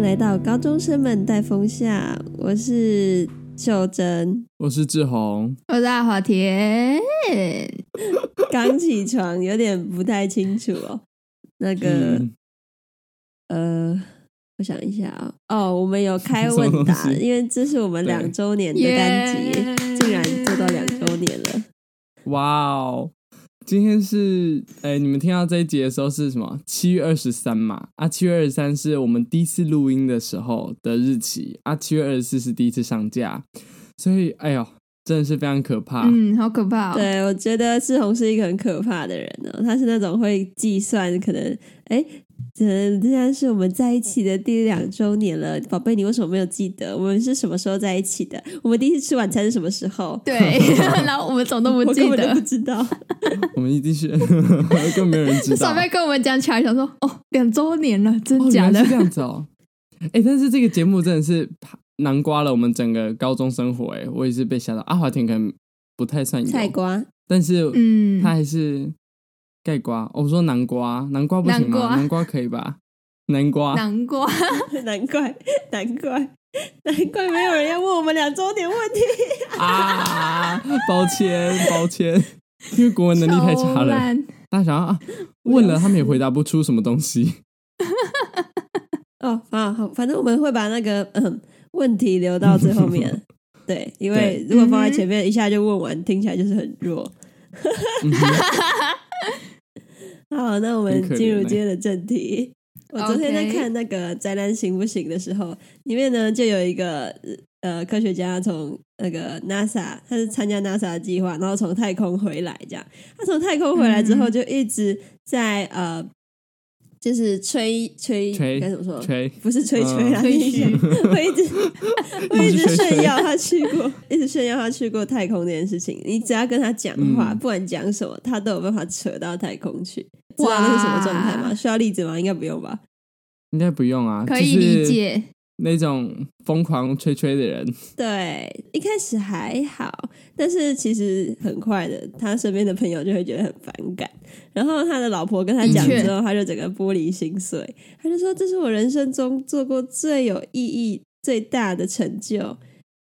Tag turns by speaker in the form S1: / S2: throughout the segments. S1: 来到高中生们带风下，我是秀珍。
S2: 我是志宏，
S3: 我是阿华田，
S1: 刚起床，有点不太清楚 哦。那个、
S2: 嗯
S1: 呃，我想一下啊、哦，我们有开问
S2: 什么
S1: 答，
S2: 东西
S1: 因为这是我们
S2: 对
S1: 两周年的单集，竟然做到两周年了。
S2: 哇哦！今天是哎、你们听到这一集的时候是什么？七月二十三嘛？啊，七月二十三是我们第一次录音的时候的日期，啊，七月二十四是第一次上架，所以哎呦，真的是非常可怕。
S3: 嗯，好可怕、哦。，
S1: 对，我觉得志宏是一个很可怕的人哦，他是那种会计算，可能哎，可能现在是我们在一起的第两周年了，宝贝，你为什么没有记得我们是什么时候在一起的？我们第一次吃晚餐是什么时候？
S3: 对， 然后我们总都不
S1: 我
S3: 记
S1: 根本就
S3: 得
S1: 不，知道，
S2: 我们一定是 更没有人知 道
S3: 小，妹跟我们讲起来，想说哦，两周年了，真
S2: 哦，
S3: 假
S2: 原来
S3: 的
S2: 是？这样子哦。哎、但是这个节目真的是南瓜了我们整个高中生活，哎，我也是被吓到。阿华田可能不太算有，
S1: 菜瓜
S2: 但是
S3: 嗯
S2: 它，还是盖瓜。哦我说南瓜，南瓜不行
S3: 南
S2: 吗？
S3: 瓜
S2: 南瓜可以吧？南瓜，
S3: 南瓜，
S1: 难怪，难怪，难怪没有人要问我们两周年问题。
S2: 啊，抱歉，抱歉， 因为国文能力太差
S3: 超
S2: 了，
S3: 烂
S2: 大家想要啊，问了他们也回答不出什么 东西。
S1: 哦，啊，好，反正我们会把那个嗯问题留到最后 面。对，因为如果放在前面一下就问完，听起来就是很弱。
S2: 嗯哼
S1: 好，那我们
S2: 很可
S1: 进入
S2: 怜欸
S1: 今天的正题。我昨天在
S3: OK
S1: 看那个《宅男行不行》的时候，里面呢就有一个呃科学家从那个 NASA，他是参加 NASA 的计划，然后从太空回来，这样。他从太空回来之后，
S3: 嗯
S1: 就一直在、呃，就是吹吹
S2: 吹
S1: 该怎么
S3: 呃
S1: 说？
S2: 吹，
S1: 不是吹吹啦，
S3: 嗯
S1: 你 想
S3: 吹
S1: 我 一直我一
S2: 一直
S1: 直
S2: 吹
S1: 炫
S2: 吹
S1: 耀他去过，一直炫耀他去过太空这件事情。你只要跟他讲话，
S2: 嗯
S1: 不管讲什么，他都有办法扯到太空去。知
S3: 哇
S1: 道那是什么状态吗？需要例子吗？应该不用吧。
S2: 应该不用啊，
S3: 可以理。解。
S2: 那种疯狂吹吹的人，
S1: 对，一开始还好，但是其实很快的，他身边的朋友就会觉得很反感。然后他的老婆跟他讲
S3: 的确
S1: 之后，他就整个玻璃心碎，他就说：“这是我人生中做过最有意义、最大的成就。”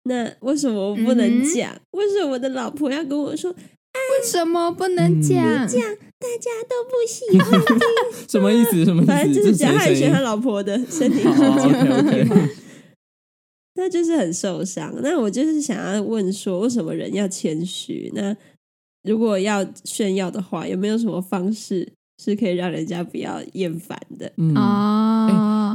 S1: 那为什么我不能
S3: 嗯哼
S1: 讲？为什么我的老婆要跟我说
S3: 为什么不能讲？
S2: 嗯
S1: 大家都不喜欢？
S2: 什么意思？什么意思？
S1: 反正就
S2: 这
S1: 是
S2: 谁
S1: 讲他
S2: 的
S1: 很喜欢
S2: 声音哦
S1: 他老婆的身体
S2: o k OK，
S1: 那就是很受伤。那我就是想要问说，为什么人要谦虚？那如果要炫耀的话，有没有什么方式是可以让人家不要厌烦的？
S2: 嗯
S3: 啊哦，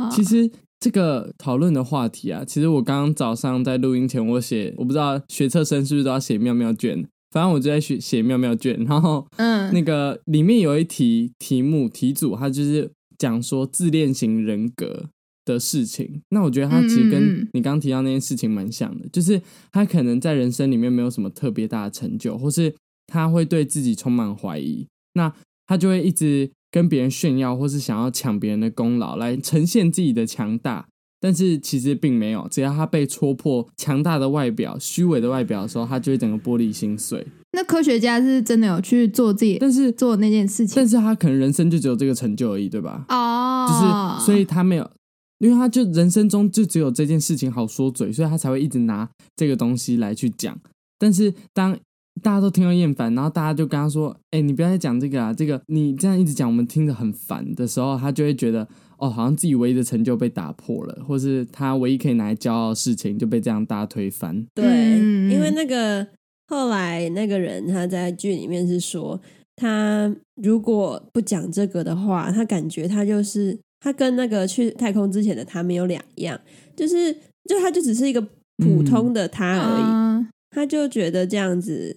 S2: 哎其实这个讨论的话题啊，其实我刚刚早上在录音前，我写我不知道学测生是不是都要写妙妙卷，反正我就在写写妙妙卷，然后
S3: 嗯，
S2: 那个里面有一题题目题组，它就是讲说自恋型人格的事情。那我觉得它其实
S3: 嗯嗯
S2: 跟
S3: 嗯
S2: 你刚提到那件事情蛮像的，就是他可能在人生里面没有什么特别大的成就，或是他会对自己充满怀疑，那他就会一直跟别人炫耀，或是想要抢别人的功劳来呈现自己的强大。但是其实并没有，只要他被戳破强大的外表、虚伪的外表的时候，他就会整个玻璃心碎。
S3: 那科学家是真的有去做自己
S2: 但是
S3: 做那件事情
S2: 但是他可能人生就只有这个成就而已，对吧？
S3: 哦，
S2: 就是所以他没有，因为他就人生中就只有这件事情好说嘴，所以他才会一直拿这个东西来去讲。但是当大家都听到厌烦，然后大家就跟他说：“哎、你不要再讲这个啊，这个你这样一直讲，我们听着很烦。”的时候，他就会觉得哦，好像自己唯一的成就被打破了，或是他唯一可以拿来骄傲的事情就被这样大家推翻。
S1: 对，
S3: 嗯嗯嗯
S1: 因为那个后来那个人他在剧里面是说，他如果不讲这个的话，他感觉他就是他跟那个去太空之前的他没有两样，就是就他就只是一个
S3: 嗯
S1: 普通的他而已。
S3: 啊
S1: 他就觉得这样子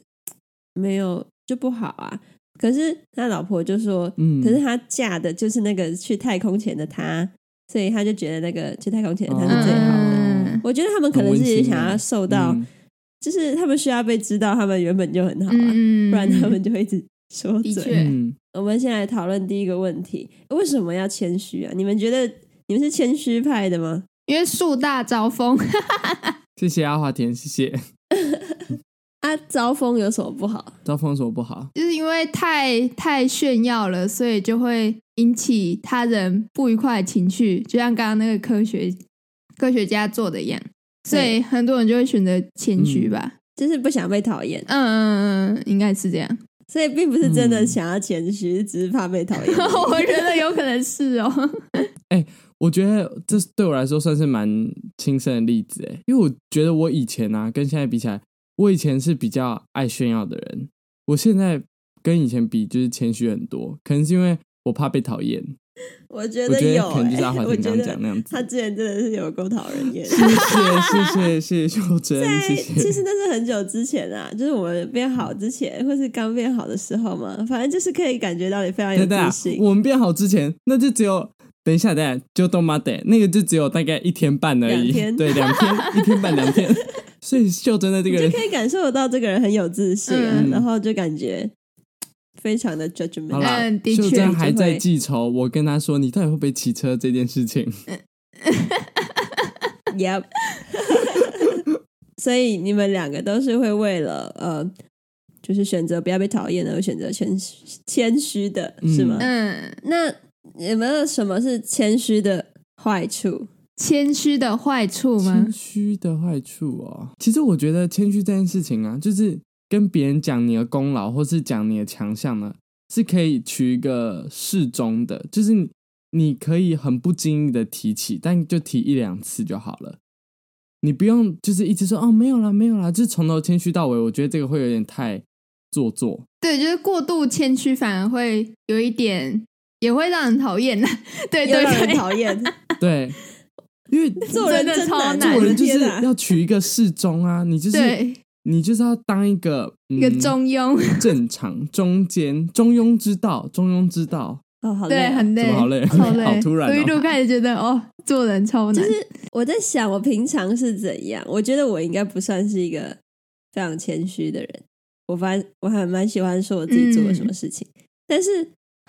S1: 没有就不好啊。可是他老婆就说，
S2: 嗯
S1: 可是他嫁的就是那个去太空前的他，所以他就觉得那个去太空前的他是最好的。
S3: 嗯
S1: 我觉得他们可能是也想要受到，
S2: 嗯
S1: 就是他们需要被知道，他们原本就很好啊，
S3: 嗯，
S1: 不然他们就会一直说
S3: 的
S1: 嘴。
S3: 确对
S2: 嗯，
S1: 我们先来讨论第一个问题：为什么要谦虚啊？你们觉得你们是谦虚派的吗？
S3: 因为树大招风，
S2: 谢谢阿华田，谢谢。
S1: 啊，招风有什么不好？
S2: 招风有什么不好？
S3: 就是因为太太炫耀了，所以就会引起他人不愉快的情绪，就像刚刚那个科学科学家做的样，所
S1: 对
S3: 以很多人就会选择谦虚吧。
S1: 就是不想被讨厌，
S3: 嗯嗯嗯，应该是这样。
S1: 所以并不是真的
S2: 嗯
S1: 想要谦虚，只是怕被讨 厌。
S3: 我觉得有可能是哦。
S2: 我觉得这对我来说算是蛮亲身的例子诶，因为我觉得我以前啊跟现在比起来，我以前是比较爱炫耀的人，我现在跟以前比就是谦虚很多，可能是因为我怕被讨厌，
S1: 我觉
S2: 我
S1: 得
S2: 觉
S1: 有、
S2: 得可能就是
S1: 欸
S2: 阿华
S1: 我
S2: 田
S1: 觉
S2: 刚刚讲
S1: 得
S2: 那样子
S1: 他。之前真的是有够讨人厌。
S2: 谢谢谢谢谢谢秀珍，
S1: 在
S2: 谢
S1: 其实
S2: 谢。
S1: 那是很久之前啊，就是我们变好之前，或是刚变好的时候嘛，反正就是可以感觉到你非常有
S2: 对对啊
S1: 自信，。
S2: 我们变好之前，那就只有等一下，等一下就动妈得那个就只有大概一天半而已
S1: 两，天
S2: 对，两天一天半 两天。所以秀珍的这
S1: 你
S2: 个
S1: 就
S2: 人，
S1: 可以感受得到这个人很有自信啊，
S2: 嗯
S1: 然后就感觉非常的 judgment。
S2: 好啦
S3: 嗯，的
S2: 秀
S3: 确
S2: 珍，还在
S1: 会
S2: 记仇。我跟她说，你到底会不会骑车这件事 情？
S1: Yep 所以你们两个都是会为了呃，就是选择不要被讨厌而选择谦虚谦虚的，是吗？
S3: 嗯，
S1: 那有没有什么是谦虚的坏处？
S3: 谦虚的坏处吗
S2: 谦？虚的坏处哦，其实我觉得谦虚这件事情啊，就是跟别人讲你的功劳或是讲你的强项呢，是可以取一个适中的，就是你你可以很不经意的提起，但就提一两次就好了。你不用就是一直说哦没有啦没有啦，就是从头谦虚到尾，我觉得这个会有点太做作。
S3: 对，就是过度谦虚反而会有一点，也会让人讨厌的。对
S1: 又
S3: 哎对
S1: 让人
S3: 对，
S1: 讨厌，
S2: 对，因为
S1: 做人
S3: 真的超
S1: 难，
S3: 难
S2: 做人就是
S1: 天哪
S2: 要取一个适中啊，你就是
S3: 对
S2: 你就是要当一个
S3: 一个
S2: 嗯
S3: 中庸，
S2: 正常、中间、中庸之道、中庸之道，
S1: 哦，好累
S3: 对，
S1: 啊
S3: 很累，
S2: 怎么好累
S3: 超累，
S2: 好突然哦
S3: 我一路开始觉得哦，做人超难，
S1: 就是我在想，我平常是怎样？我觉得我应该不算是一个非常谦虚的人。我反我还蛮喜欢说我自己做了什么事情，但是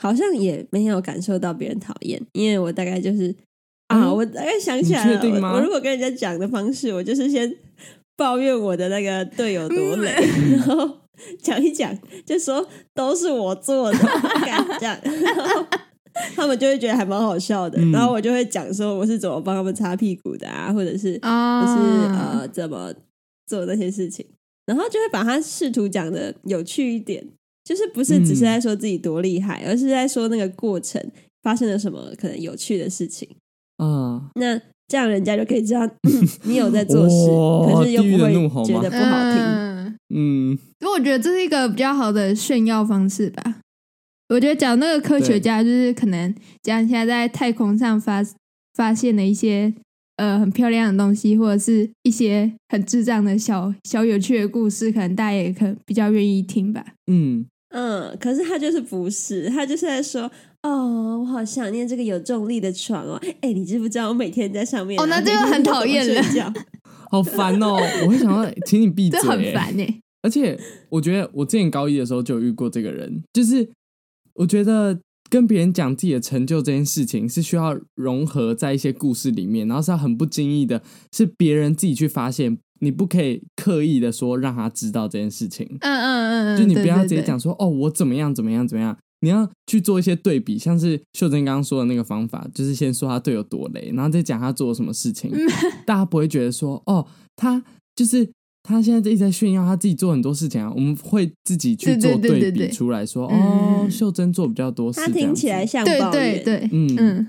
S1: 好像也没有感受到别人讨厌，因为我大概就是啊，
S2: 嗯
S1: 我大概想起来了
S2: 你确定
S1: 我，
S2: 吗
S1: 我如果跟人家讲的方式，我就是先抱怨我的那个队友多累，然后讲一讲，就说都是我做的，敢这 样，然后他们就会觉得还蛮好笑的，
S2: 嗯
S1: 然后我就会讲说我是怎么帮他们擦屁股的啊，或者是我
S3: 啊，
S1: 是、呃怎么做那些事情，然后就会把它试图讲的有趣一点，就是不是只是在说自己多厉害，而是在说那个过程发生了什么可能有趣的事情。
S2: 啊，
S1: 那这样人家就可以 知道嗯你有在做事，
S2: 哇
S1: 可是又不
S2: 地狱
S1: 会
S2: 的怒吼吗
S1: 觉得不好听。
S3: 嗯
S2: 嗯，
S3: 所以我觉得这是一个比较好的炫耀方式吧。我觉得讲那个科学家，就是可能讲一下在太空上发发现了一些呃很漂亮的东西，或者是一些很智障的小小有趣的故事，可能大家也可能比较愿意听吧。
S2: 嗯，
S1: 嗯，可是他就是不是，他就是在说。哦，我好想念这个有重力的床哦！哎，你知不知道我每天在上面啊、
S3: 哦那这个很讨厌了
S1: 了。睡觉
S2: 好烦 哦，我会想要请你闭
S3: 这
S2: 嘴，
S3: 很烦哎、
S2: 而且我觉得我之前高一的时候就有遇过这个人，就是我觉得跟别人讲自己的成就这件事情是需要融合在一些故事里面，然后是要很不经意的，是别人自己去发现，你不可以刻意的说让他知道这件事情。
S3: 嗯嗯嗯嗯，
S2: 就你不要
S3: 对
S2: 直接
S3: 对对
S2: 讲说哦，我怎么样怎么样怎么样，你要去做一些对比，像是秀珍刚刚说的那个方法，就是先说他队友多累，然后再讲他做了什么事情，
S3: 嗯
S2: 大家不会觉得说哦，他就是他现在一直在炫耀他自己做很多事情啊，我们会自己去
S3: 对
S2: 做
S3: 对对对
S2: 比
S3: 对
S2: 出来说
S3: 嗯
S2: 哦，秀珍做比较多事，
S1: 他听起来
S2: 这样子
S1: 像抱怨，
S3: 对对对，
S2: 嗯
S3: 嗯，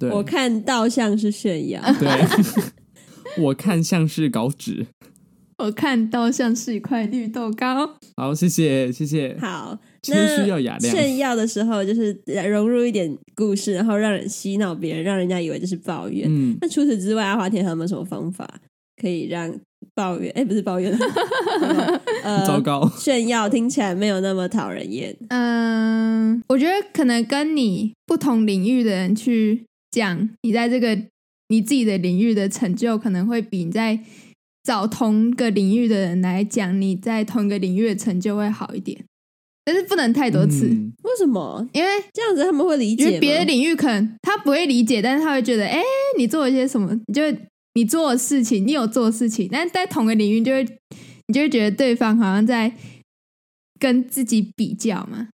S2: 对，啊
S1: 我看到像是炫耀。
S2: 对。 我看像是稿纸，
S3: 我看到像是一块绿豆糕，
S2: 好，谢谢谢谢，
S1: 好，
S2: 谦
S1: 那
S2: 虚要雅量，
S1: 炫耀的时候就是呃融入一点故事，然后让人洗脑别人，让人家以为这是抱怨。
S2: 嗯，
S1: 那除此之外，阿华田还有没有什么方法可以让抱怨？哎，不是抱怨， 呃，
S2: 糟糕，
S1: 炫耀听起来没有那么讨人厌。
S3: 嗯，我觉得可能跟你不同领域的人去讲，你在这个你自己的领域的成就，可能会比你在找同个领域的人来讲你在同一个领域的成就会好一点，但是不能太多次，
S2: 嗯
S1: 为什么
S3: 因为
S1: 这样子他们会理
S3: 觉
S1: 解吗
S3: 得别的领域可能他不会理解，但是他会觉得，哎、你做了一些什么，你就你做的事情，你有做的事情，但是在同个领域就会，你就会觉得对方好像在跟自己比较嘛，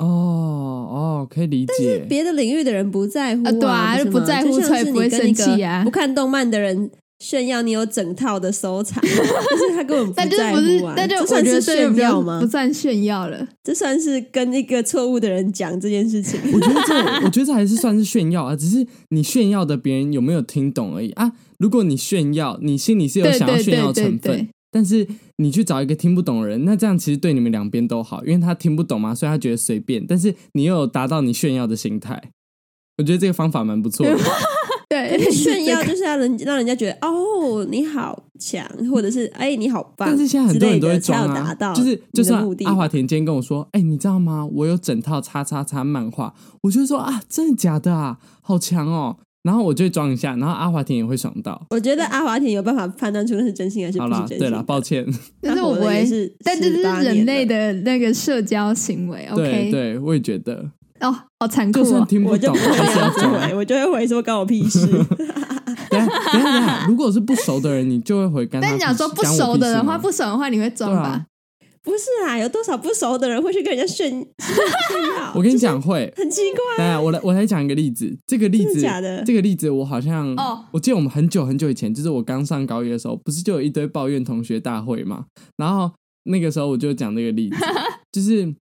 S2: 哦，哦，可以理解。
S1: 别的领域的人不在乎
S3: 啊对啊
S1: 不是
S3: 就不
S1: 吗
S3: 在乎
S1: 就像
S3: 所以
S1: 是
S3: 不会
S1: 你跟一个
S3: 生气啊
S1: 不看动漫的人炫耀你有整套的收藏， 就是他根本
S3: 但
S1: 不
S3: 就是
S1: 在
S3: 不是
S1: 乎啊，，
S3: 但就
S1: 这
S3: 我
S1: 算
S3: 觉得
S1: 是
S3: 这就
S1: 炫
S3: 比较
S1: 耀
S3: 不
S1: 吗？
S3: 算炫耀了。
S1: 这算是跟一个错误的人讲这件 事情。
S2: 我觉得这，我 觉得这还是算是炫耀啊，只是你炫耀的别人有没有听懂而已啊。如果你炫耀，你心里是有
S3: 对
S2: 想要
S3: 对
S2: 炫
S3: 对
S2: 耀
S3: 对
S2: 成
S3: 对
S2: 分，，但是你去找一个听不懂的人，那这样其实对你们两边都好，因为他听不懂嘛，所以他觉得随便，但是你又有达到你炫耀的心态，我觉得这个方法蛮不错 的。
S3: 对
S1: 炫耀
S3: 这个
S1: 就是要人让人家觉得哦你好强，或者是哎你好棒，
S2: 但是现在很
S1: 之
S2: 多人
S1: 类
S2: 都会
S1: 的才
S2: 装
S1: 有
S2: 啊
S1: 达到，
S2: 就是就算
S1: 目的
S2: 阿华田今天跟我说，哎、你知道吗？我有整套叉叉叉漫画，我就说啊，真的假的啊？好强哦！然后我就会装一下，然后阿华田也会爽到。
S1: 我觉得阿华田有办法判断出那是真心还是
S2: 好
S1: 不是
S2: 啦
S1: 真，心。
S2: 对啦，抱歉，
S3: 但是
S1: 他
S3: 我
S1: 活
S3: 不
S1: 了也
S3: 会，
S1: 是，
S3: 但这就是
S1: 18
S3: 人
S1: 年
S3: 类
S1: 了。
S3: 的那个社交行为。
S2: 对
S3: OK，
S2: 对，我也觉得，
S3: 哦，好残酷
S2: 就算
S3: 哦。
S2: 听
S1: 我
S2: 不
S1: 就
S2: 懂，
S1: 不会
S2: 还
S1: 这
S2: 是要
S1: 样子
S2: 装。
S1: 回，我就会回说关我屁事。
S2: 等一下等一下等一下，如果是不熟的人，你就会回干他
S3: 但
S2: 屁事。
S3: 你想说不
S2: 干我
S3: 熟
S2: 屁
S3: 的
S2: 事
S3: 人
S2: 吗
S3: 话，不熟的话你会装
S2: 对啊
S3: 吧？
S1: 不是啊，有多少不熟的人会去跟人家炫炫耀？
S2: 我跟你，讲会。
S1: 很奇怪。
S2: 当然，我来我来讲一个例子。这个例
S1: 真
S2: 子，
S1: 的假的
S2: 这个例子，我好像
S3: 哦
S2: 我记得我们很久很久以前，就是我刚上高一的时候，不是就有一堆抱怨同学大会嘛？然后那个时候我就讲这个例子，就是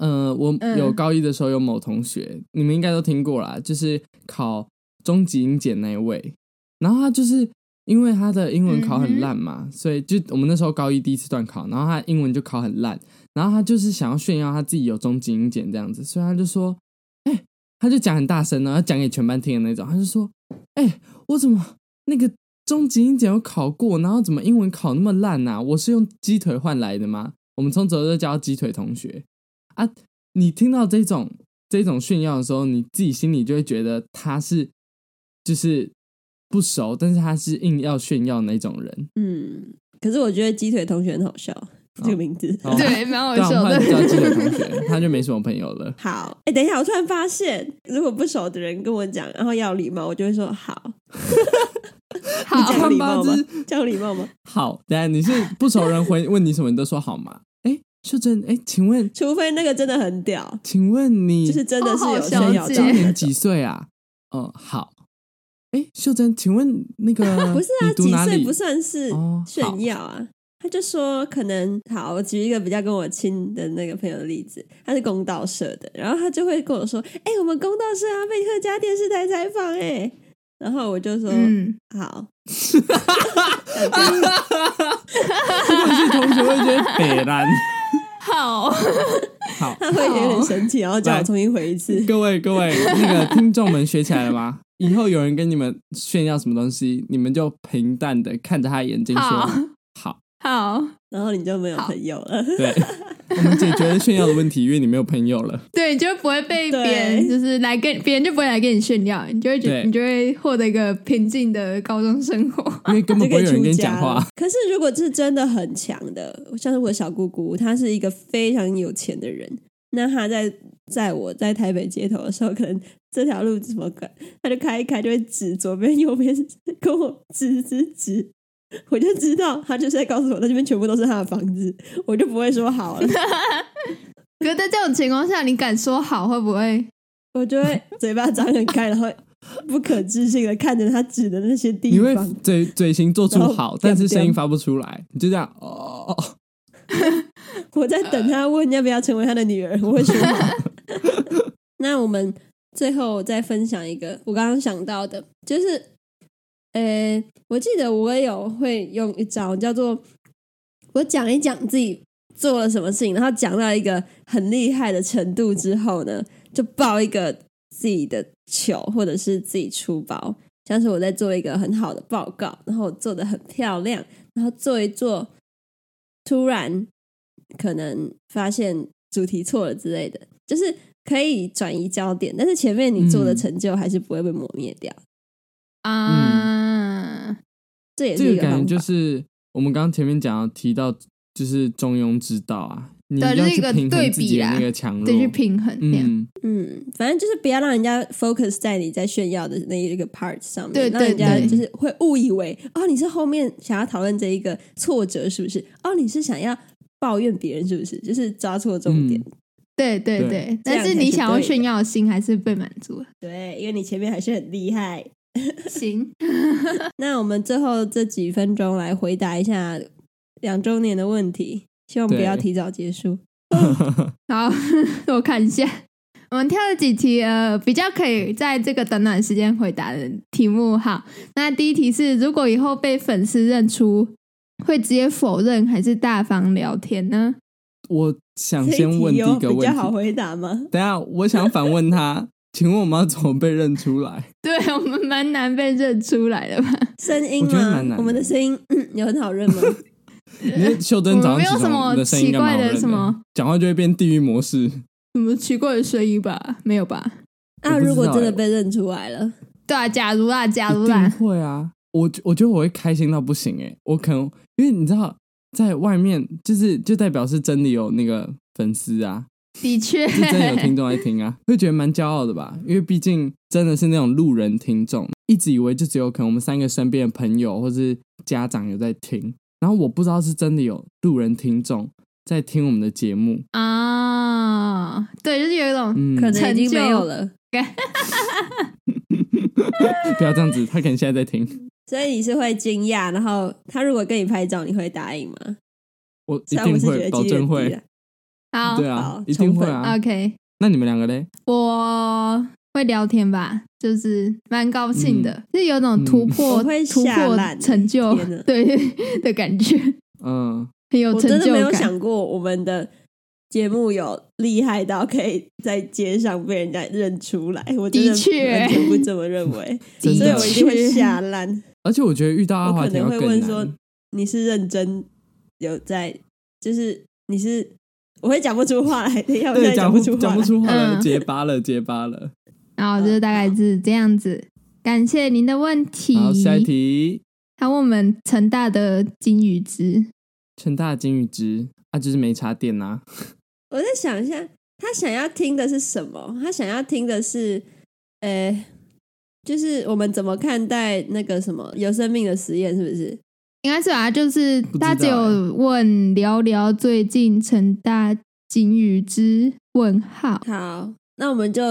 S2: 呃，我
S3: 嗯
S2: 有高一的时候有某同学，你们应该都听过啦，就是考中级英检那一位，然后他就是因为他的英文考很烂嘛，所以就我们那时候高一第一次段考，然后他英文就考很烂，然后他就是想要炫耀他自己有中级英检这样子，所以他就说，哎、他就讲很大声哦，然后讲给全班听的那种，他就说，哎、我怎么那个中级英检有考过，然后怎么英文考那么烂啊？我是用鸡腿换来的吗？我们从此后就叫他鸡腿同学啊。你听到这种这种炫耀的时候，你自己心里就会觉得他是就是不熟，但是他是硬要炫耀那种人。
S1: 嗯，可是我觉得鸡腿同学很好笑，这个名字。
S2: 哦
S3: 对，蛮好
S2: 对啊，
S3: 笑
S2: 我
S3: 的
S2: 们。叫鸡腿同学，他就没什么朋友了。
S1: 好，哎、等一下，我突然发现，如果不熟的人跟我讲，然后要有礼貌，我就会说好，
S3: 好
S1: 这，样有礼貌
S2: 看吧
S1: 吗
S2: 这？
S1: 这样有礼貌吗？
S2: 好，等一下你是不熟人回问你什么，你都说好吗？哎，秀珍，哎，请问，
S1: 除非那个真的很屌，
S2: 请问你
S1: 就是真的是有
S3: 哦好
S1: 炫耀
S3: 小
S1: 到
S3: 姐
S2: 今
S1: 那
S2: 年
S1: 种
S2: 几岁啊？哦，好。哎，秀珍，请问那个
S1: 不是啊
S2: 嗯你，读
S1: 几
S2: 哪
S1: 岁
S2: 里？
S1: 不算是
S2: 哦好
S1: 炫耀啊。他就说，可能好，我举一个比较跟我亲的那个朋友的例子，他是公道社的，然后他就会跟我说：“哎、我们公道社啊，被客家电视台采访哎。”然后我就说：“
S3: 嗯，
S1: 好， 啊
S2: 如果是同学会觉得北蓝。
S3: 好，
S2: 好，
S1: 他会有点生气，然后叫
S2: 来
S1: 我重新回一次。
S2: 各位各位，那个听众们学起来了吗？以后有人跟你们炫耀什么东西，你们就平淡的看着他的眼睛说
S3: 好：“
S2: 好。
S3: 好，
S1: 然后你就没有
S3: 好
S1: 朋友了。
S2: 对，我们解决了炫耀的问题，因为你没有朋友了。
S3: 对，你就不会被别
S1: 对
S3: 人就是来跟别人就不会来跟你炫耀，你就会觉
S2: 对
S3: 你就会获得一个平静的高中生活。
S2: 因为根
S1: 就 可
S2: 本不会
S1: 以
S2: 有人
S1: 出
S2: 跟你
S1: 家
S2: 讲话
S1: 了。。可是如果是真的很强的，像是我小姑姑，她是一个非常有钱的人，那她在在我在台北街头的时候，可能这条路怎么改，她就开一开就会指左边右边，跟我 指指指。我就知道她就是在告诉我，那这边全部都是她的房子，我就不会说好 了，
S3: 可是在这种情况下，你敢说好会不会？
S1: 我就会嘴巴张很开，然后不可置信的看着她指的那些地
S2: 你会
S1: 方。哦
S2: 嘴嘴型做出
S1: 然后
S2: 好，
S1: 这
S2: 但
S1: 样
S2: 是声音
S1: 这样
S2: 发不出来，你就这样哦。哦
S1: 我在等他问要不要成为他的女儿，我会说好。那我们最后再分享一个我刚刚想到的，就是，呃，我记得我也有会用一招叫做我讲一讲自己做了什么事情，然后讲到一个很厉害的程度之后呢，就爆一个自己的糗，或者是自己出包。像是我在做一个很好的报告，然后我做的很漂亮，然后做一做，突然可能发现主题错了之类的，就是可以转移焦点，但是前面你做的
S2: 嗯
S1: 成就还是不会被磨灭掉，
S3: 啊、
S1: 这也
S2: 这
S1: 是一个
S2: 个感
S1: 方法。
S2: 觉就是我们刚刚前面讲到提到，就是中庸之道啊，你
S3: 对
S2: 要
S3: 就是
S2: 去
S3: 一个
S2: 平
S3: 对
S2: 衡
S3: 比
S2: 自己的
S3: 啦
S2: 那个强弱，
S3: 得去平衡这样。
S2: 嗯，
S1: 嗯，反正就是不要让人家 focus 在你在炫耀的那一个 part 上面，
S3: 对
S1: 让人
S3: 对
S1: 家
S2: 对
S1: 就是会误以为哦，你是后面想要讨论这一个
S2: 嗯
S1: 挫折是不是？哦，你是想要抱怨别人是不是？就是抓错重点。
S3: 对对
S2: 对
S3: 对，
S1: 这样
S3: 但是
S1: 才
S3: 你
S1: 是
S3: 想要
S1: 对的
S3: 炫耀的心还是被满足了。
S1: 对，因为你前面还是很厉害。
S3: 行，
S1: 那我们最后这几分钟来回答一下两周年的问题，希望不
S2: 对
S1: 要提早结束。
S3: 好， 我看一下，我们挑了几题呃比较可以在这个短短时间回答的题目。好，那第一题是：如果以后被粉丝认出，会直接否认还是大方聊天呢？
S2: 我想
S1: 这一
S2: 先问第
S1: 题有
S3: 哦
S2: 一个问
S1: 比较好
S2: 题，
S1: 回答吗？
S2: 等一下我想反问他，请问我们要怎么被认出来？
S3: 对我们蛮难被认出来的吧？
S1: 声音
S2: 我觉得
S1: 嘛
S2: 蛮难，的
S1: 我们的声音、嗯、有很好认 吗？
S2: 因为秀珍早
S3: 我们
S2: 上起
S3: 没有什么
S2: 床，我们的声音应该蛮好
S3: 奇怪的
S2: 认
S3: 什么
S2: 讲话就会变地狱模式。
S3: 什么奇怪的声音吧？没有吧？
S1: 那、
S2: 我不知
S1: 啊
S2: 道
S1: 如果真的
S2: 欸
S1: 被认出来了，
S3: 对啊，假如啦，假如
S2: 一
S3: 啦
S2: 定，会啊！我觉我觉得我会开心到不行诶、我可能因为你知道，在外面就是就代表是真的有那个粉丝啊，
S3: 的确，
S2: 是真的有听众在 听啊，会觉得蛮骄傲的吧？因为毕竟真的是那种路人听众，一直以为就只有可能我们三个身边的朋友或是家长有在听，然后我不知道是真的有路人听众在听我们的节目，
S3: 啊，对，就是有一种，
S2: 嗯，
S1: 可能已经
S3: 成就
S1: 没有了。
S2: 不要这样子，他可能现在在听，
S1: 所以你是会惊讶，然后他如果跟你拍照，你会答应吗？
S2: 我
S1: 虽
S2: 一
S1: 然我
S2: 定
S1: 是觉
S2: 会，
S1: 得
S2: 保
S1: 几率
S2: 证
S1: 很低
S2: 会
S1: 啦，
S3: 好
S2: 对
S1: 哦好
S2: 啊，一定会啊。
S3: ，OK，
S2: 那你们两个嘞？
S3: 我会聊天吧，就是蛮高兴
S2: 嗯
S3: 的，就是有种突破、
S1: 嗯我会
S3: 突
S1: 吓
S3: 破
S1: 烂
S3: 成就
S1: 天哪
S3: 对 的感觉，
S2: 嗯，
S3: 很有
S1: 我
S3: 成
S1: 真的
S3: 就
S1: 没有
S3: 感。
S1: 想过我们的节目有厉害到可以在街上被人家认出来。我真
S3: 的确
S1: 完全不这么认为，
S2: 真
S1: 所以
S2: 的
S1: 我一定会吓烂。
S2: 而且我觉得遇到阿
S1: 我
S2: 华
S1: 可
S2: 田
S1: 能
S2: 要
S1: 会
S2: 更
S1: 问说
S2: 难。：“
S1: 你是认真有在？就是你是？”我会讲不出话来，等一下我现
S2: 对，
S1: 在
S2: 讲
S1: 不
S2: 不
S1: 出话来，
S2: 讲不出话
S3: 嗯
S2: 了，结巴了，结巴了。
S3: 然后就是大概是这样子。感谢您的问题。
S2: 好，下一，题，
S3: 他问我们成大的金鱼汁，
S2: 成大的金鱼汁啊，就是没插电呐、
S1: 我在想一下，他想要听的是什么？他想要听的是，呃、就是我们怎么看待那个什么有生命的实验，是不是？
S3: 应该是吧？就是
S2: 不知道欸
S3: 他只有问聊聊最近成大金鱼汁问号。
S1: 好，那我们就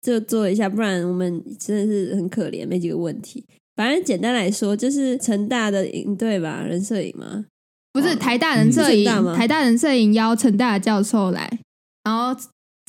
S1: 就做一下，不然我们真的是很可怜，没几个问题。反正简单来说，就是成大的营队吧，人摄影嘛，
S3: 不是
S1: 哦
S3: 台大人摄影
S1: 嗯成大，吗
S3: 台大人摄影邀成大的教授来，然后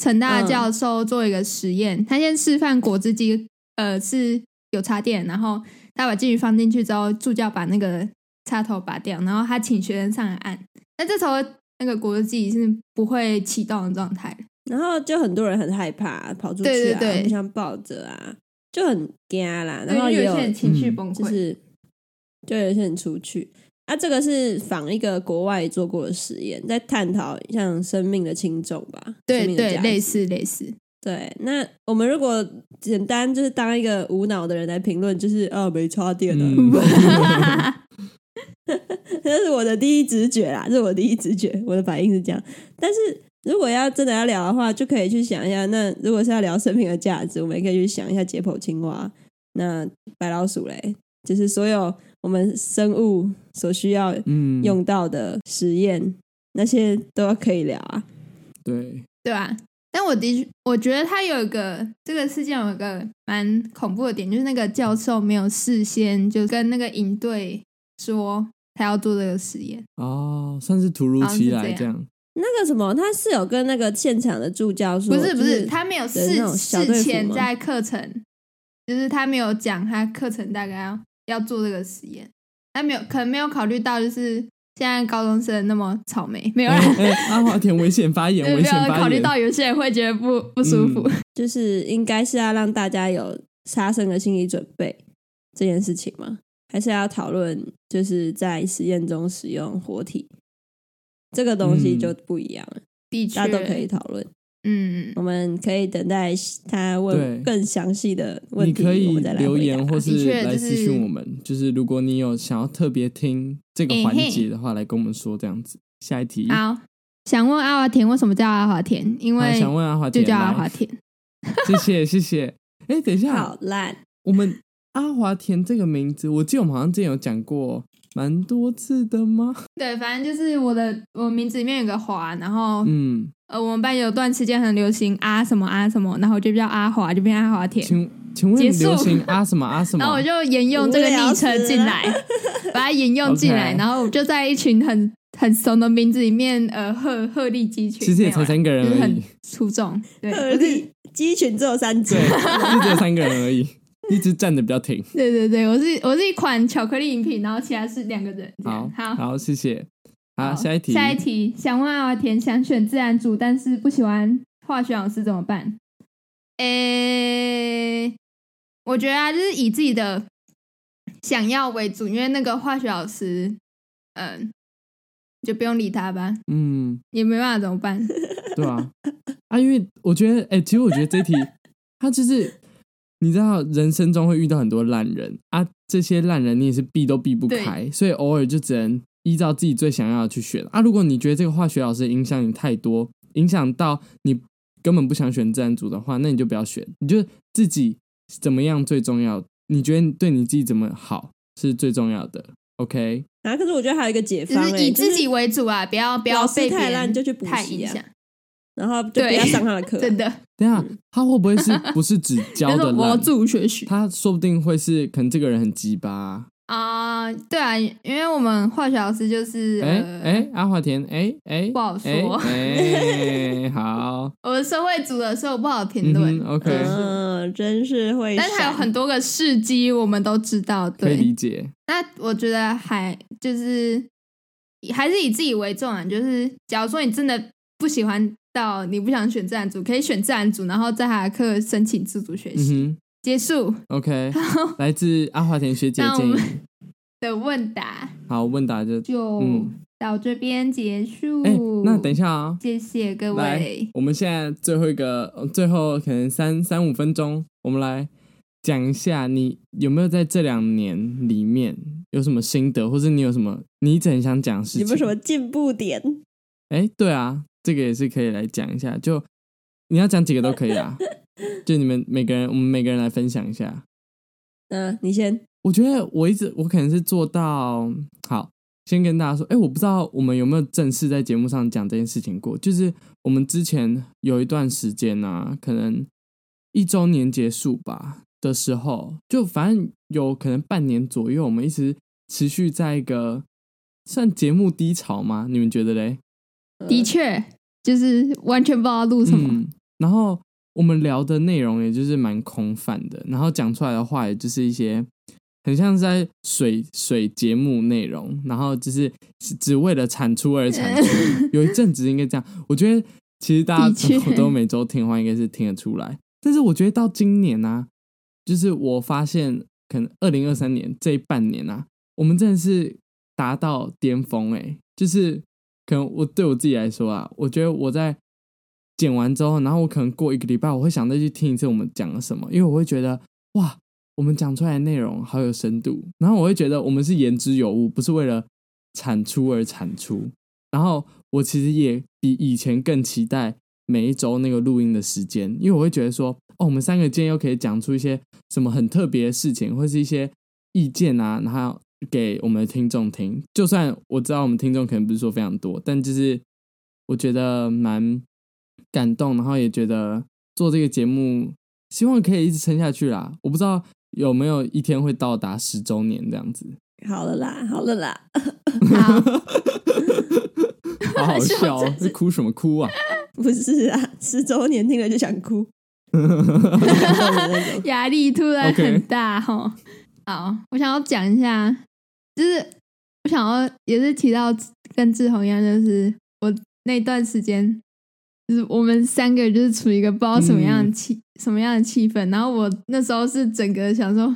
S3: 成大的教授做一个实验，
S1: 嗯
S3: 他先示范果汁机，呃，是有插电，然后他把金鱼放进去之后，助教把那个插头拔掉，然后他请学生上来按，那这时候那个果汁机是不会启动的状态，
S1: 然后就很多人很害怕，跑出去啊，
S3: 对对对
S1: 不想抱着啊，就很惊啦。然
S3: 对
S1: 后
S3: 就
S1: 也
S3: 有
S1: 有
S3: 些人情绪
S2: 嗯
S3: 崩溃，
S1: 就是就有些人出去。啊，这个是仿一个国外做过的实验，在探讨像生命的轻重吧，生
S3: 对
S1: 命的
S3: 对
S1: 价，值
S3: 类似类似，
S1: 对，那我们如果简单就是当一个无脑的人来评论，就是哦没插电啊，
S2: 嗯
S1: 这是我的第一直觉啦，这是我的第一直觉，我的反应是这样。但是如果要真的要聊的话，就可以去想一下，那如果是要聊生命的价值，我们也可以去想一下解剖青蛙、那白老鼠嘞，就是所有我们生物所需要
S2: 嗯，
S1: 用到的实验，那些都可以聊啊。
S2: 对，
S3: 对啊，但我的确，我觉得他有一个这个事件有一个蛮恐怖的点，就是那个教授没有事先就跟那个营队说他要做这个实验。
S2: 哦，算是突如其
S3: 哦
S2: 来
S3: 好像是这
S2: 这样，
S1: 那个什么，他是有跟那个现场的助教说，
S3: 不是不，
S1: 就是是
S3: 他没有
S1: 对那
S3: 事
S1: 种小队服
S3: 事前
S1: 吗
S3: 在课程，就是他没有讲他课程大概要要做这个实验，他没有可能没有考虑到就是现在高中生那么草莓，没有 啦。
S1: 哦
S2: 哎哎阿华田危险发言，
S3: 没
S2: 危险
S3: 有考
S2: 发
S3: 虑
S2: 言，
S3: 到有些人会觉得不不舒服，
S1: 嗯就是应该是要让大家有杀生的心理准备这件事情吗？还是要讨论就是在实验中使用活体这个东西
S2: 嗯
S1: 就不一样了，
S3: 的确
S1: 大家都可以，讨论。
S3: 嗯，
S1: 我们可以等待他问
S2: 对
S1: 更详细的问
S2: 你
S1: 题，
S2: 可
S1: 我
S2: 以
S1: 们再来回答
S2: 留言或
S3: 的
S2: 是
S3: 确
S2: 来
S3: 就是
S2: 私讯我们，就是如果你有想要特别听这个
S3: 哎
S2: 环
S3: 嘿
S2: 节的话，来跟我们说这样子。下一题，
S3: 好，啊想问阿华田为什么叫阿华田？因
S2: 好
S3: 为
S2: 想问阿华
S3: 就
S2: 田，
S3: 叫阿
S2: 来
S3: 华田。
S2: 谢谢谢谢。哎，等一下
S1: 好，烂，
S2: 我们阿华田这个名字，我记得我们好像之前有讲过蛮多次的吗？
S3: 对，反正就是我的我名字里面有个华，然后
S2: 嗯，
S3: 呃，我们班有段时间很流行啊什么啊什么，然后就叫阿华，就变阿华田，
S2: 请请问
S3: 结束
S2: 流行啊什么啊什么？
S3: 然后我就沿用这个昵称进 来，把它沿用进来，
S2: OK
S3: 然后我就在一群很很怂的名字里面，呃，鹤鹤立鸡群，
S2: 其实也才
S3: 没有啦
S2: 三个人
S3: 就是
S2: 而已
S3: 很，出众，对，
S1: 鹤
S3: 我是
S1: 立鸡群只有三只
S2: 对，，就只有三个人而 已，一直站的比较挺。
S3: 对对对，我是我是一款巧克力饮品，然后其他是两个人。这
S2: 好
S3: 样，好，
S2: 好，谢谢。好，
S3: 好
S2: 下一题。
S3: 下一题，想问阿华田想选自然组，但是不喜欢化学老师怎么办？诶、我觉得啊，就是以自己的想要为主，因为那个化学老师，嗯、就不用理他吧，
S2: 嗯，
S3: 也没办法怎么办？
S2: 对啊，啊，因为我觉得，哎、其实我觉得这一题，它就是你知道，人生中会遇到很多烂人啊，这些烂人你也是避都避不开，所以偶尔就只能依照自己最想要的去选啊。如果你觉得这个化学老师影响你太多，影响到你根本不想选自然组的话，那你就不要选，你就自己怎么样最重要，你觉得对你自己怎么好是最重要的。OK，
S1: 啊，可是我觉得还有一个解
S3: 就
S1: 方、欸，
S3: 是以
S1: 就是
S3: 自己为主啊，不要不要
S1: 老师
S3: 被
S1: 太
S3: 别
S1: 烂
S3: 人
S1: 就去补
S3: 太
S1: 习
S3: 影
S1: 啊
S3: 响，
S1: 然后就不要
S3: 对
S1: 上他的课，
S3: 真的，
S2: 等一下他会不会是不是只教
S3: 那
S2: 的
S3: 种我
S2: 烂？
S3: 助学习。
S2: 他说不定会是，可能这个人很鸡巴、啊。
S3: 啊、对啊，因为我们化学老师就是，
S2: 哎
S3: 呃
S2: 哎，阿华田，哎哎，
S3: 不好说
S2: 哎， 哎好，
S3: 我的社会组的，所以我不好评
S2: 嗯
S3: 论。
S2: 哼，OK，
S1: 嗯，真是会闪，
S3: 但是还有很多个事迹，我们都知道。
S2: 可以
S3: 对，
S2: 理解。
S3: 那我觉得还就是还是以自己为重啊。就是假如说你真的不喜欢到你不想选自然组，可以选自然组，然后在他的课申请自主学习。
S2: 嗯
S3: 结束
S2: 哼，OK，来自阿华田学姐的建
S3: 那我
S2: 议。
S3: 的问答
S2: 好，问答就，
S3: 就
S2: 嗯
S3: 到这边结束。
S2: 哎，那等一，下啊，
S3: 谢谢各
S2: 来
S3: 位，。
S2: 我们现在最后一个，呃最后可能三三五分钟，我们来讲一下，你有没有在这两年里面有什么心得，或是你有什么你一直很想讲的事
S1: 有
S2: 情？
S1: 没有什么进步点？
S2: 哎，对啊，这个也是可以来讲一下。就你要讲几个都可以啊，就你们每个人，我们每个人来分享一下。
S1: 嗯、你先，
S2: 我觉得我一直我可能是做到好，先跟大家说，哎，我不知道我们有没有正式在节目上讲这件事情过。就是我们之前有一段时间啊，可能一周年结束吧的时候，就反正有可能半年左右，我们一直持续在一个算节目低潮吗？你们觉得嘞？
S1: 嗯
S3: 的确，就是完全不知道录什么。
S2: 嗯、然后我们聊的内容也就是蛮空泛的，然后讲出来的话也就是一些很像是在水水节目内容，然后就是只只为了产出而产 出。有一阵子应该这样，我觉得其实大
S3: 的
S2: 家如
S3: 确
S2: 果都每周听的话，应该是听得出来。但是我觉得到今年啊，就是我发现可能二零二三年这一半年啊，我们真的是达到巅峰哎、就是可能我对我自己来说啊，我觉得我在剪完之后，然后我可能过一个礼拜，我会想再去听一次我们讲了什么，因为我会觉得哇，我们讲出来的内容好有深度，然后我会觉得我们是言之有物，不是为了产出而产出。然后我其实也比以前更期待每一周那个录音的时间，因为我会觉得说，哦，我们三个今天又可以讲出一些什么很特别的事情，或是一些意见啊，然后给我们的听众听。就算我知道我们听众可能不是说非常多，但就是我觉得蛮感动，然后也觉得做这个节目，希望可以一直撑下去啦。我不知道有没有一天会到达十周年这样子，
S1: 好了啦，好了啦，
S2: 嗯
S3: 好，
S2: 好好
S3: 笑
S2: 笑哦，
S3: 真是
S2: 这哭什么哭啊？
S1: 不是啊，十周年听了就想哭， 那种
S3: 压力突然
S2: OK
S3: 很大哈。好，我想要讲一下，就是我想要也是提到跟志宏一样，就是我那段时间，就是我们三个就是处于一个不知道什么
S2: 嗯
S3: 样的气、什么样的气氛，然后我那时候是整个想说，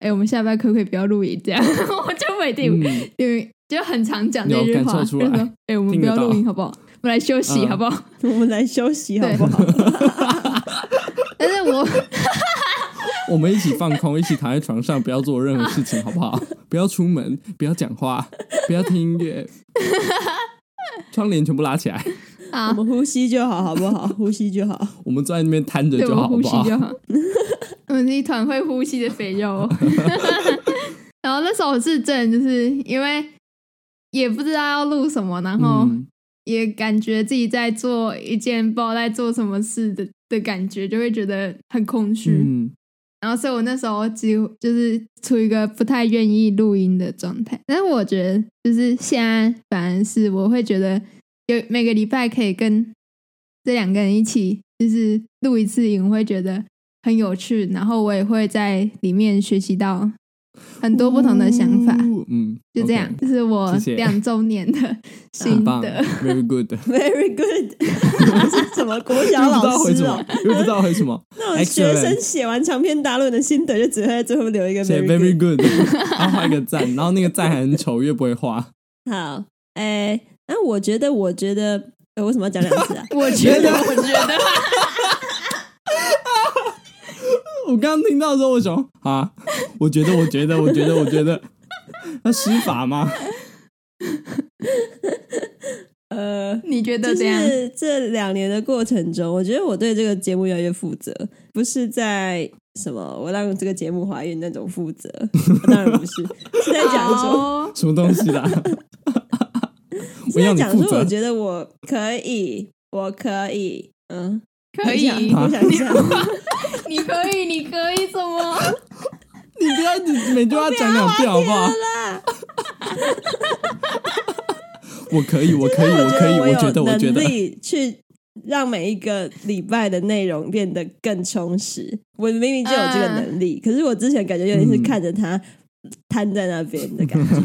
S3: 哎、我们下班可不可以不要录影这样？ 我就每天、
S2: 嗯
S3: 因为就很常讲这
S2: 有
S3: 句
S2: 感
S3: 话，
S2: 受
S3: 就
S2: 出
S3: 说
S2: 来
S3: 哎、我们
S2: 听
S3: 不
S2: 得
S3: 要录
S2: 到
S3: 影好不好？我们来休息
S2: 嗯
S3: 好不好？
S1: 我们来休息好不 好？
S3: 但是我。
S2: 我们一起放空，一起躺在床上，不要做任何事情，好 不好？不要出门，不要讲话，不要听音乐，窗帘全部拉起来，
S1: 我们呼吸就好，好不 好？呼吸就好。
S2: 我们坐在那边摊着
S3: 对
S2: 就
S3: 我
S2: 好，好
S3: 呼
S2: 不
S3: 吸
S2: 好？
S3: 就 好。 我是一团会呼吸的肥肉。然后那时候我是真的就是因为也不知道要录什么，然后
S2: 嗯
S3: 也感觉自己在做一件不知道在做什么事的的感觉，就会觉得很空虚。
S2: 嗯，
S3: 然后，所以我那时候几乎就是处于一个不太愿意录音的状态。但是我觉得，就是现在反而是我会觉得有每个礼拜可以跟这两个人一起，就是录一次音，我会觉得很有趣。然后我也会在里面学习到很多不同的想法。
S2: 呜，嗯，
S3: 就这样嗯
S2: OK，
S3: 这是我
S2: 谢谢
S3: 两周年的心
S2: 很棒
S3: 得。
S2: ，very good。
S1: Very good，是什么国小老
S2: 又不知
S1: 师
S2: 道
S1: 哦
S2: 回？什么，又不知道回什 么，
S1: 那种学生写完长篇大论的心得，就只会在最后留一个
S2: 写
S1: very
S2: very
S1: good。
S2: good，然后画一个赞，然后那个赞还很丑，越不会画。
S1: 好，哎、那我觉得，我觉得，呃、为什么要讲两次啊？
S3: 我觉得，我觉得，
S2: 我刚刚听到的时候，我想啊，我觉得，我觉得，我觉得，我觉得，那施法吗？
S1: 呃，
S3: 你觉得
S1: 就
S3: 怎样？
S1: 是这两年的过程中，我觉得我对这个节目越来越负责，不是在什么我让这个节目怀孕那种负责，当然不是，是在讲说，
S3: 哦
S2: 什么东西啦？
S1: 是
S2: 我要
S1: 在
S2: 你
S1: 讲
S2: 负
S1: 说，我
S2: 责。
S1: 觉得我可以，我可以，嗯，
S3: 可以，啊
S1: 我想一下。
S3: 你可以，你可以什么？
S2: 你不要你每句话讲两遍好不好？ 我可以，我可以，我可以，我觉得，我觉
S1: 有能
S2: 得，
S1: 力去让每一个礼拜的内容变得更充实。我明明就有这个能力，可是我之前感觉有点
S2: 嗯
S1: 是看着他瘫在那边的 感觉。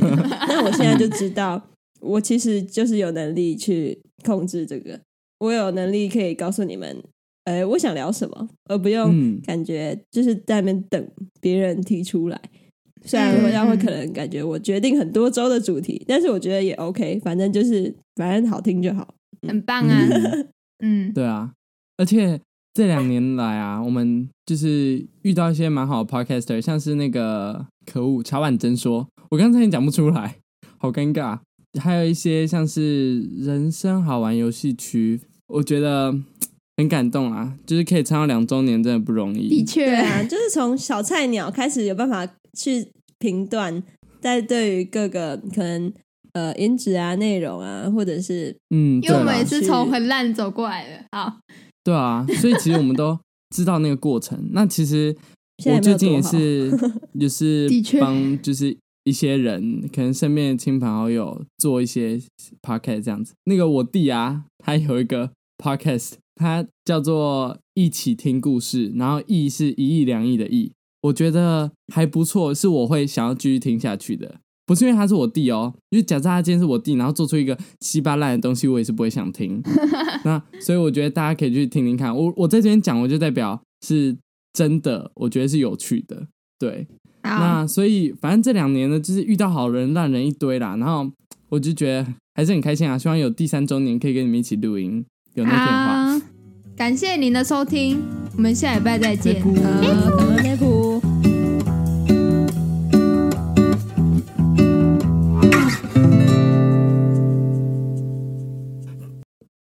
S1: 那我现在就知道，我其实就是有能力去控制这个，我有能力可以告诉你们，呃，我想聊什么，而不用
S2: 嗯，
S1: 感觉就是在那边等别人提出来。虽然
S2: 嗯
S1: 我要会
S3: 嗯
S1: 可能感觉我决定很多周的主题，但是我觉得也 OK，反正就是反正好听就好。
S3: 很棒啊！
S2: 嗯
S3: 嗯，
S2: 对啊，而且这两年来啊，我们就是遇到一些蛮好的 podcaster，像是那个可恶茶碗真说，我刚才也讲不出来，好尴尬。还有一些像是人生好玩游戏区，我觉得嘖很感动啊，就是可以参到两周年，真的不容
S3: 的
S2: 易。
S3: 确
S1: 对，啊，就是从小菜鸟开始有办法去评断，在对于各个可能呃音质啊、内容啊，或者是
S3: 因
S2: 嗯，
S3: 为
S2: 对
S3: 我们
S2: 啦
S3: 也是从很烂走过来的。好，
S2: 对啊，所以其实我们都知道那个过程。那其实
S1: 现在
S2: 我
S1: 也没
S2: 最
S1: 有
S2: 近也
S1: 多好。
S2: 是 就是
S3: 的确
S2: 帮就是一些人，可能身边的亲朋好友做一些 podcast 这样子。那个我弟啊，他有一个 podcast，他叫做一起听故事，然后亿是一亿两亿的亿，我觉得还不错，是我会想要继续听下去的。不是因为他是我弟哦，就是假设他今天是我弟，然后做出一个稀巴烂的东西，我也是不会 想听。那所以我觉得大家可以去听听看。我我在这边讲，我就代表是真的，我觉得是有趣的。对，
S3: 好，
S2: 那所以反正这两年呢，就是遇到好人烂人一堆啦。然后我就觉得还是很开心啊，希望有第三周年可以跟你们一起录音，有那天的话。
S3: 好，感谢您的收听，我们下礼拜再见。
S1: 呃，感恩内部。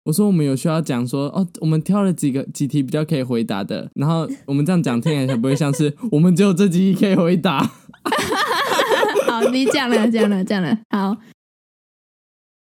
S2: 我说我们有需要讲说哦，我们挑了几个几题比较可以回答的，然后我们这样讲听起来才不会像是我们只有这几题可以回答。
S3: 好，你讲了，讲了，讲了。好，